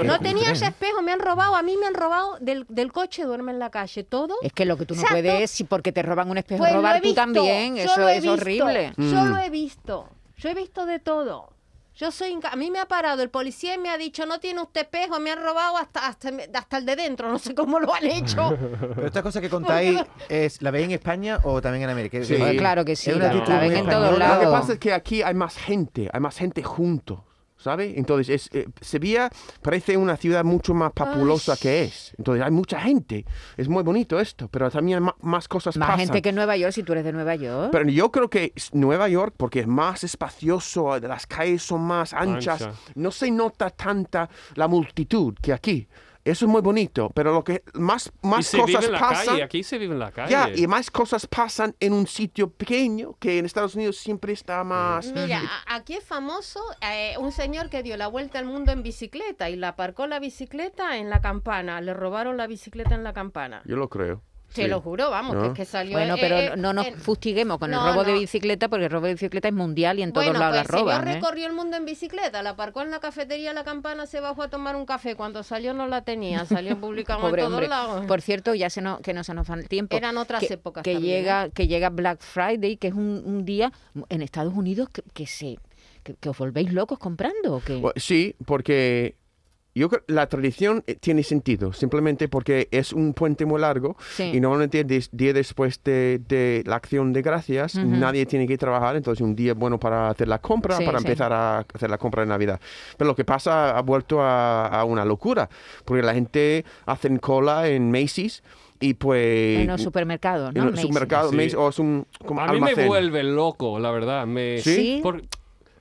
Speaker 8: no
Speaker 4: <laughs>
Speaker 8: tenía ese espejo, me han robado, a mí me han robado del, del coche, duerme en la calle, todo.
Speaker 3: Es que lo que tú no
Speaker 8: Exacto.
Speaker 3: puedes es, si porque te roban un espejo,
Speaker 8: Pues lo he
Speaker 3: robar tú
Speaker 8: visto,
Speaker 3: también.
Speaker 8: yo
Speaker 3: Eso
Speaker 8: lo he
Speaker 3: es
Speaker 8: visto,
Speaker 3: horrible.
Speaker 8: Yo
Speaker 5: Mm.
Speaker 8: lo he visto. Yo he visto de todo. Yo soy inca- a mí me ha parado el policía y me ha dicho, "No tiene usted espejo, me han robado hasta hasta hasta el de dentro, no sé cómo lo
Speaker 5: <laughs>
Speaker 8: han hecho."
Speaker 4: Pero esta cosa que contáis, es, ¿la veis en España o también en América?
Speaker 5: Sí.
Speaker 4: Es-
Speaker 3: Claro que sí,
Speaker 4: es una
Speaker 3: la,
Speaker 4: actitud
Speaker 3: la
Speaker 4: muy
Speaker 3: ven en
Speaker 4: española.
Speaker 3: todos
Speaker 5: Lo que
Speaker 3: lados.
Speaker 5: pasa es que aquí hay más gente, hay más gente junto, ¿sabes? Entonces, es, eh, Sevilla parece una ciudad mucho más populosa que es. Entonces, hay mucha gente. Es muy bonito esto, pero también hay ma- más cosas
Speaker 3: Más
Speaker 5: pasan.
Speaker 3: gente que en Nueva York, si tú eres de Nueva York.
Speaker 5: Pero yo creo que es Nueva York, porque es más espacioso, las calles son más anchas,
Speaker 6: Ancha.
Speaker 5: no se nota tanta la multitud que aquí. Eso es muy bonito, pero lo que más,
Speaker 6: y
Speaker 5: más
Speaker 6: se vive
Speaker 5: cosas
Speaker 6: en la
Speaker 5: pasan...
Speaker 6: calle, aquí se vive en la calle.
Speaker 5: Ya, y más cosas pasan en un sitio pequeño que en Estados Unidos siempre está más...
Speaker 8: Mira, a- aquí es famoso eh, un señor que dio la vuelta al mundo en bicicleta y la aparcó la bicicleta en la campana, le robaron la bicicleta en la campana.
Speaker 5: Yo lo creo.
Speaker 8: Te lo juro, vamos,
Speaker 5: ¿No?
Speaker 8: que es que salió
Speaker 3: Bueno,
Speaker 8: eh, eh,
Speaker 3: pero no nos
Speaker 8: en-
Speaker 3: fustiguemos con
Speaker 8: no,
Speaker 3: el robo de
Speaker 8: no.
Speaker 3: bicicleta, porque el robo de bicicleta es mundial y en todos
Speaker 8: bueno,
Speaker 3: lados
Speaker 8: pues
Speaker 3: la roban.
Speaker 8: el
Speaker 3: ¿eh?
Speaker 8: señor recorrió el mundo en bicicleta, la aparcó en la cafetería La Campana, se bajó a tomar un café. Cuando salió no la tenía, salió
Speaker 3: <laughs>
Speaker 8: publicado en
Speaker 3: Pobre
Speaker 8: todos
Speaker 3: hombre.
Speaker 8: lados.
Speaker 3: Por cierto, ya se no, que no se nos va el tiempo.
Speaker 8: Eran otras
Speaker 3: que,
Speaker 8: épocas
Speaker 3: Que
Speaker 8: también, ¿eh?
Speaker 3: llega, que llega Black Friday, que es un, un día en Estados Unidos que, que se que, que os volvéis locos comprando o qué?
Speaker 5: Bueno, sí, porque yo creo la tradición eh, tiene sentido, simplemente porque es un puente muy largo
Speaker 3: Sí.
Speaker 5: y normalmente des- día después de, de la acción de gracias
Speaker 3: Ujú.
Speaker 5: nadie tiene que trabajar, entonces un día bueno para hacer la compra,
Speaker 3: Sí,
Speaker 5: para
Speaker 3: sí.
Speaker 5: empezar a hacer la compra de Navidad. Pero lo que pasa ha vuelto a, a una locura, porque la gente hace cola en Macy's y pues...
Speaker 3: en los supermercados, ¿no?
Speaker 5: en los
Speaker 3: Macy's.
Speaker 5: supermercados,
Speaker 6: Sí.
Speaker 5: Macy's, o es un como
Speaker 6: A mí me
Speaker 5: almacén.
Speaker 6: vuelve loco, la verdad. Me,
Speaker 3: ¿Sí?
Speaker 6: por-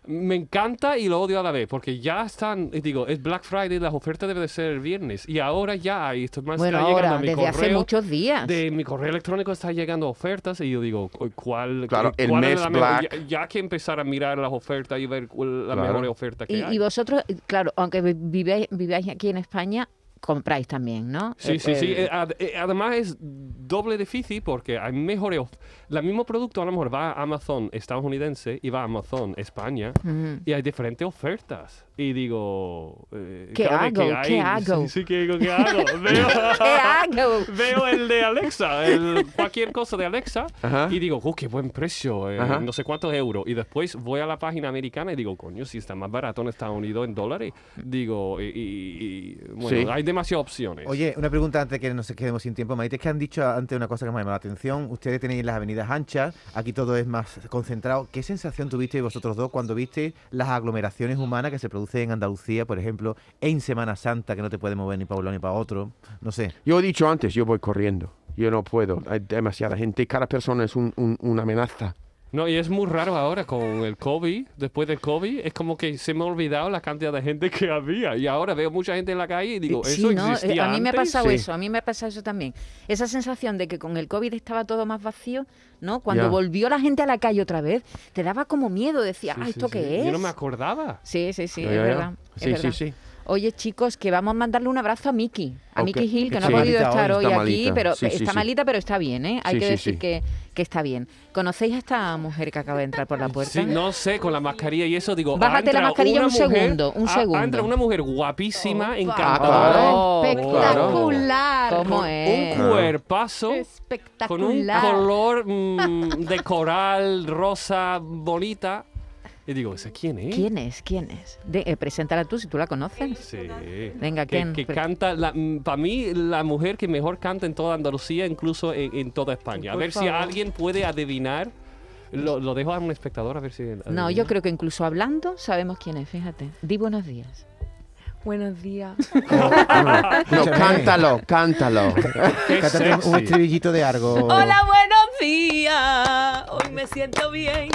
Speaker 6: me encanta y lo odio a la vez, porque ya están, y digo, es Black Friday, las ofertas deben de ser el viernes, y ahora ya, y esto más
Speaker 3: Bueno,
Speaker 6: está llegando
Speaker 3: ahora,
Speaker 6: a mi
Speaker 3: desde hace
Speaker 6: correo,
Speaker 3: muchos días.
Speaker 6: De mi correo electrónico está llegando ofertas, y yo digo, "Cu- ¿cuál?
Speaker 5: Claro, el
Speaker 6: cuál es
Speaker 5: mes
Speaker 6: la mejor?".
Speaker 5: Black.
Speaker 6: Ya, ya hay que empezar a mirar las ofertas y ver cuál es la
Speaker 5: Claro.
Speaker 6: mejor oferta que
Speaker 3: Y,
Speaker 6: hay.
Speaker 3: y vosotros, claro, aunque vi- viváis, viváis aquí en España, compráis también, ¿no?
Speaker 6: Sí,
Speaker 3: El-
Speaker 6: sí, sí.
Speaker 3: el-
Speaker 6: Eh, ad- eh, además es doble difícil porque hay mejores. of- La mismo producto a lo mejor va a Amazon estadounidense y va a Amazon España
Speaker 3: Ujú.
Speaker 6: y hay diferentes ofertas. Y digo. eh,
Speaker 3: ¿Qué
Speaker 6: cada vez que
Speaker 3: hago? ¿Qué
Speaker 6: hay-
Speaker 3: hago?
Speaker 6: Sí, sí, ¿qué digo?
Speaker 3: <laughs>
Speaker 6: ¿Qué hago? Veo,
Speaker 3: ¿Qué hago?
Speaker 6: <laughs> veo el de Alexa, el- cualquier cosa de Alexa
Speaker 5: Ajá.
Speaker 6: y digo, ¡oh, qué buen precio! eh,
Speaker 5: Ajá.
Speaker 6: no sé cuántos euros. Y después voy a la página americana y digo, coño, si está más barato en Estados Unidos en dólares. Digo, y. y- y- bueno,
Speaker 5: Sí.
Speaker 6: hay demasiadas opciones.
Speaker 4: Oye, una pregunta antes de que nos quedemos sin tiempo, Maite. Es que han dicho antes una cosa que me ha llamado la atención. Ustedes tenéis las avenidas anchas, aquí todo es más concentrado. ¿Qué sensación tuvisteis vosotros dos cuando visteis las aglomeraciones humanas que se producen en Andalucía, por ejemplo, en Semana Santa, que no te puedes mover ni para un lado ni para otro? No sé.
Speaker 5: Yo he dicho antes, yo voy corriendo. Yo no puedo. Hay demasiada gente. Cada persona es un- un- una amenaza.
Speaker 6: No, y es muy raro ahora con el COVID, después del COVID, es como que se me ha olvidado la cantidad de gente que había. Y ahora veo mucha gente en la calle y digo,
Speaker 3: Sí,
Speaker 6: ¿eso
Speaker 3: ¿no? Eh,
Speaker 6: existía
Speaker 3: A mí me ha
Speaker 6: antes?".
Speaker 3: pasado
Speaker 5: Sí.
Speaker 3: eso, a mí me ha pasado eso también. Esa sensación de que con el COVID estaba todo más vacío, ¿no? Cuando
Speaker 5: Ya.
Speaker 3: volvió la gente a la calle otra vez, te daba como miedo, decía,
Speaker 6: Sí,
Speaker 3: "Ah,
Speaker 6: sí,
Speaker 3: ¿esto
Speaker 6: sí.
Speaker 3: qué es?
Speaker 6: Yo no me acordaba.
Speaker 3: Sí, sí, sí,
Speaker 5: Ya,
Speaker 3: es
Speaker 5: ya, ya.
Speaker 3: verdad. es
Speaker 5: Sí, sí,
Speaker 3: verdad.
Speaker 9: <laughs>
Speaker 5: sí.
Speaker 3: Oye, chicos, que vamos a mandarle un abrazo a Miki, a
Speaker 5: Ok.
Speaker 3: Miki Gil, que no
Speaker 5: Sí.
Speaker 3: ha podido
Speaker 4: Está
Speaker 3: estar hoy
Speaker 5: malita,
Speaker 3: aquí,
Speaker 5: está malita.
Speaker 3: pero
Speaker 5: Sí, sí,
Speaker 3: está
Speaker 5: sí.
Speaker 3: malita, pero está bien, ¿eh? Hay
Speaker 5: Sí,
Speaker 3: que
Speaker 5: sí,
Speaker 3: decir
Speaker 5: sí.
Speaker 3: Que, que está bien. ¿Conocéis a esta mujer que acaba de entrar por la puerta?
Speaker 6: Sí, no sé, con la mascarilla y eso digo.
Speaker 3: Bájate la
Speaker 6: entra
Speaker 3: mascarilla
Speaker 6: una
Speaker 3: un
Speaker 6: mujer-
Speaker 3: segundo, un
Speaker 6: ah,
Speaker 3: segundo. Ah,
Speaker 6: entra una mujer guapísima, encantadora.
Speaker 5: claro.
Speaker 8: Espectacular.
Speaker 3: ¿Cómo
Speaker 6: con
Speaker 3: es?
Speaker 6: Un cuerpazo. Con un
Speaker 8: Espectacular.
Speaker 3: <laughs>
Speaker 6: color mm, de coral, rosa, bonita. Y digo, ¿ese quién es?
Speaker 3: ¿Quién es? ¿Quién es? De, eh, preséntala tú si tú la conoces.
Speaker 6: Sí.
Speaker 3: Venga,
Speaker 6: que,
Speaker 3: Ken,
Speaker 6: que
Speaker 3: pre-
Speaker 6: canta, para mí, la mujer que mejor canta en toda Andalucía, incluso en, en toda España. A
Speaker 8: Por
Speaker 6: ver si
Speaker 8: favor.
Speaker 6: alguien puede adivinar. Lo, lo dejo a un espectador a ver si.
Speaker 3: No, yo creo que incluso hablando sabemos quién es, fíjate. Di buenos días.
Speaker 7: Buenos días.
Speaker 5: No,
Speaker 4: Escúchame.
Speaker 5: cántalo,
Speaker 9: <laughs>
Speaker 5: cántalo.
Speaker 9: Pues
Speaker 4: Cántate un- un estribillito de algo.
Speaker 9: Hola, buenos días. Hoy me siento bien.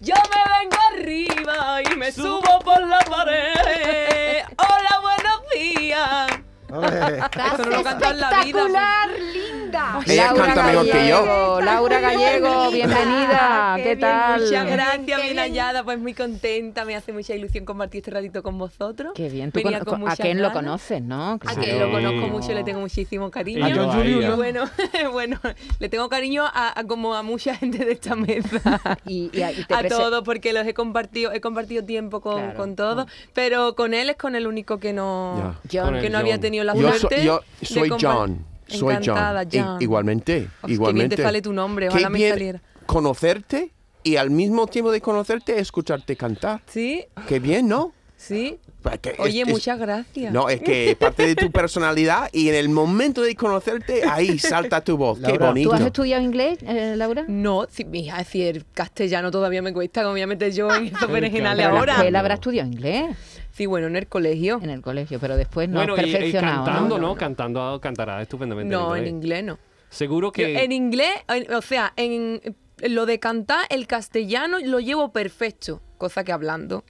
Speaker 9: Yo me vengo arriba y me subo por la pared. Hola, buenos días.
Speaker 4: Ole.
Speaker 9: Esto no lo canto en la vida.
Speaker 8: espectacular, linda.
Speaker 5: Ella canta mejor que yo.
Speaker 3: Gallego, Laura Gallego, bienvenida.
Speaker 9: Ah,
Speaker 3: ¿Qué
Speaker 9: bien,
Speaker 3: tal?
Speaker 9: Muchas
Speaker 8: Qué
Speaker 9: gracias,
Speaker 8: bien.
Speaker 9: Minayada. Pues muy contenta, me hace mucha ilusión compartir este ratito con vosotros.
Speaker 3: Qué bien. Tú
Speaker 9: Venía
Speaker 3: cono-
Speaker 9: con
Speaker 3: a
Speaker 9: muchas
Speaker 3: Ken lo
Speaker 9: ganas.
Speaker 3: conoces, Oh. ¿no?
Speaker 9: A
Speaker 3: Claro.
Speaker 9: quien Ah, lo
Speaker 6: Sí.
Speaker 9: conozco mucho, le tengo muchísimo
Speaker 5: Eh.
Speaker 9: cariño.
Speaker 6: Y yo a
Speaker 9: y
Speaker 6: ella.
Speaker 9: bueno, <laughs> bueno, le tengo cariño a, a como a mucha gente de esta mesa.
Speaker 3: Y, y a, y <laughs> te
Speaker 9: a
Speaker 3: prese-
Speaker 9: todos porque los he compartido he compartido tiempo con,
Speaker 3: Claro. Mm.
Speaker 9: con todos pero con él es con el único que no
Speaker 5: Ya.
Speaker 3: John,
Speaker 6: Con
Speaker 9: que
Speaker 6: el
Speaker 9: no había
Speaker 6: John.
Speaker 9: tenido la
Speaker 5: Yo, so-
Speaker 9: suerte
Speaker 5: yo
Speaker 9: de
Speaker 5: soy
Speaker 9: compa-
Speaker 5: John. Soy
Speaker 9: encantada
Speaker 5: John. I-
Speaker 9: John
Speaker 5: igualmente,
Speaker 9: qué bien
Speaker 5: igualmente.
Speaker 9: te sale tu nombre,
Speaker 5: Qué
Speaker 9: ojalá me
Speaker 5: bien
Speaker 9: saliera.
Speaker 5: Conocerte y al mismo tiempo de conocerte, escucharte cantar.
Speaker 9: sí
Speaker 5: Qué bien, ¿no?
Speaker 9: sí
Speaker 5: Porque es-
Speaker 9: oye
Speaker 5: es-
Speaker 9: muchas gracias
Speaker 5: No, es que es parte de tu personalidad y en el momento de conocerte, ahí salta tu voz. Qué
Speaker 4: Laura,
Speaker 5: bonito.
Speaker 3: ¿Tú has estudiado inglés, eh, Laura?
Speaker 9: no si, mija si el castellano todavía me cuesta cómo me voy a meter
Speaker 3: <laughs>
Speaker 9: yo en esos berenjenales
Speaker 3: Pero la
Speaker 9: ahora
Speaker 3: escuela habrá estudiado inglés
Speaker 9: sí bueno en el colegio
Speaker 3: en el colegio, pero después no
Speaker 6: Bueno,
Speaker 5: eh,
Speaker 3: has
Speaker 6: y- y,
Speaker 3: perfeccionado. ¿no?
Speaker 6: cantando, ¿no? Cantando cantará estupendamente.
Speaker 9: no en
Speaker 6: inglés.
Speaker 9: inglés no
Speaker 6: Seguro que.
Speaker 9: Yo en inglés, en- o sea, en lo de cantar, el castellano lo llevo perfecto, cosa que hablando.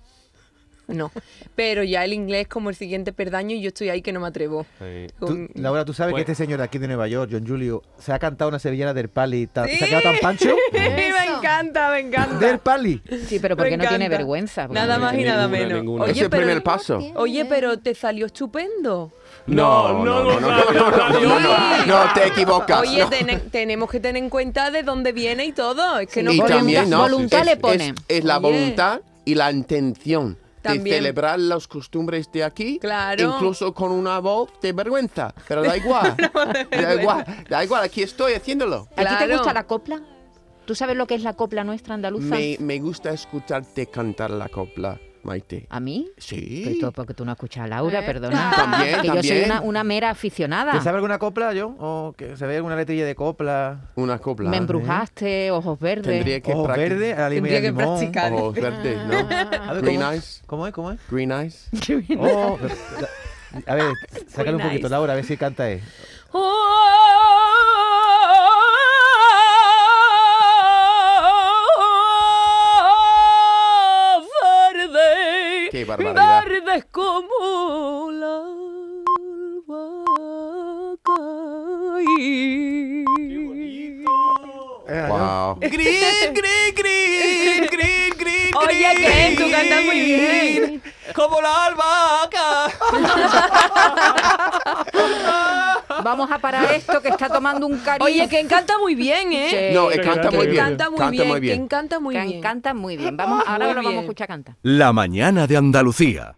Speaker 9: No. Pero ya el inglés es como el siguiente perdaño y yo estoy ahí que no me atrevo.
Speaker 6: Sí.
Speaker 4: Tú,
Speaker 9: Con-
Speaker 4: Laura, tú sabes
Speaker 6: Pues-
Speaker 4: que este señor de aquí de Nueva York, John Julio, se ha cantado una sevillana del pali. ta- ¿Se ha quedado tan pancho?
Speaker 9: <laughs> me encanta, me encanta.
Speaker 4: del pali.
Speaker 3: Sí, pero porque
Speaker 9: Me
Speaker 3: no tiene
Speaker 9: encanta.
Speaker 3: vergüenza. Porque
Speaker 9: Nada
Speaker 3: no
Speaker 9: más y
Speaker 3: tiene-
Speaker 9: nada
Speaker 6: ninguna,
Speaker 9: menos.
Speaker 6: ninguna.
Speaker 5: es el
Speaker 9: pero,
Speaker 5: primer paso.
Speaker 9: oye, pero te salió estupendo.
Speaker 5: No, no, no, no, no, no, no, no, no, no, te equivocas.
Speaker 9: Oye,
Speaker 5: no.
Speaker 9: tene- tenemos que tener en cuenta de dónde viene y todo. Es que no
Speaker 5: y
Speaker 3: Voluntad-
Speaker 5: también, ¿no?
Speaker 3: voluntad
Speaker 5: es,
Speaker 3: le ponen.
Speaker 5: Es, es la
Speaker 9: Oye.
Speaker 5: voluntad y la intención
Speaker 9: También.
Speaker 5: de celebrar las costumbres de aquí,
Speaker 9: Claro.
Speaker 5: incluso con una voz de vergüenza. Pero da
Speaker 9: <laughs>
Speaker 5: igual, da igual, da igual, aquí estoy haciéndolo.
Speaker 3: ¿A ti te
Speaker 9: Claro.
Speaker 3: gusta la copla? ¿Tú sabes lo que es la copla nuestra andaluza?
Speaker 5: Me, me gusta escucharte cantar la copla, Maite.
Speaker 3: ¿A mí?
Speaker 5: Sí.
Speaker 3: Pero tú- porque tú no escuchas a Laura,
Speaker 9: Eh.
Speaker 3: perdona.
Speaker 5: <laughs> También,
Speaker 3: que yo soy
Speaker 5: también.
Speaker 3: una, una mera
Speaker 4: ¿Te
Speaker 3: aficionada.
Speaker 4: sabe alguna copla, John? ¿O que se ve alguna letrilla de copla?
Speaker 5: Una copla.
Speaker 3: Me embrujaste, ojos verdes.
Speaker 5: Tendría que
Speaker 4: Ojos
Speaker 5: practicar.
Speaker 4: verdes, a la lima y
Speaker 9: Tendría
Speaker 4: al
Speaker 9: que
Speaker 4: limón.
Speaker 9: practicar.
Speaker 5: Ojos verdes, <laughs> ¿no?
Speaker 4: A ver,
Speaker 5: Green
Speaker 4: ¿cómo-
Speaker 5: eyes.
Speaker 4: ¿Cómo es? ¿Cómo
Speaker 9: <laughs>
Speaker 4: es?
Speaker 5: Green <laughs> eyes.
Speaker 4: Oh, a ver, sácale un poquito, Laura, a ver si canta él.
Speaker 9: Oh,
Speaker 5: Qué barbaridad.
Speaker 9: Verdes como la albahaca y-
Speaker 4: Eh,
Speaker 5: Wow.
Speaker 1: Green, green, green, green, green.
Speaker 9: Oye, que tú cantas muy bien.
Speaker 1: Como la albahaca.
Speaker 3: Vamos a parar esto que está tomando un cariño.
Speaker 9: Oye, que encanta muy bien, ¿eh?
Speaker 5: No,
Speaker 6: Sí,
Speaker 5: eh, canta
Speaker 6: que
Speaker 5: muy bien.
Speaker 9: encanta muy bien. Que encanta muy
Speaker 3: que
Speaker 9: bien.
Speaker 3: canta muy bien. Vamos, ahora
Speaker 9: Muy
Speaker 3: lo vamos a
Speaker 9: bien.
Speaker 3: escuchar cantar.
Speaker 1: La mañana de Andalucía.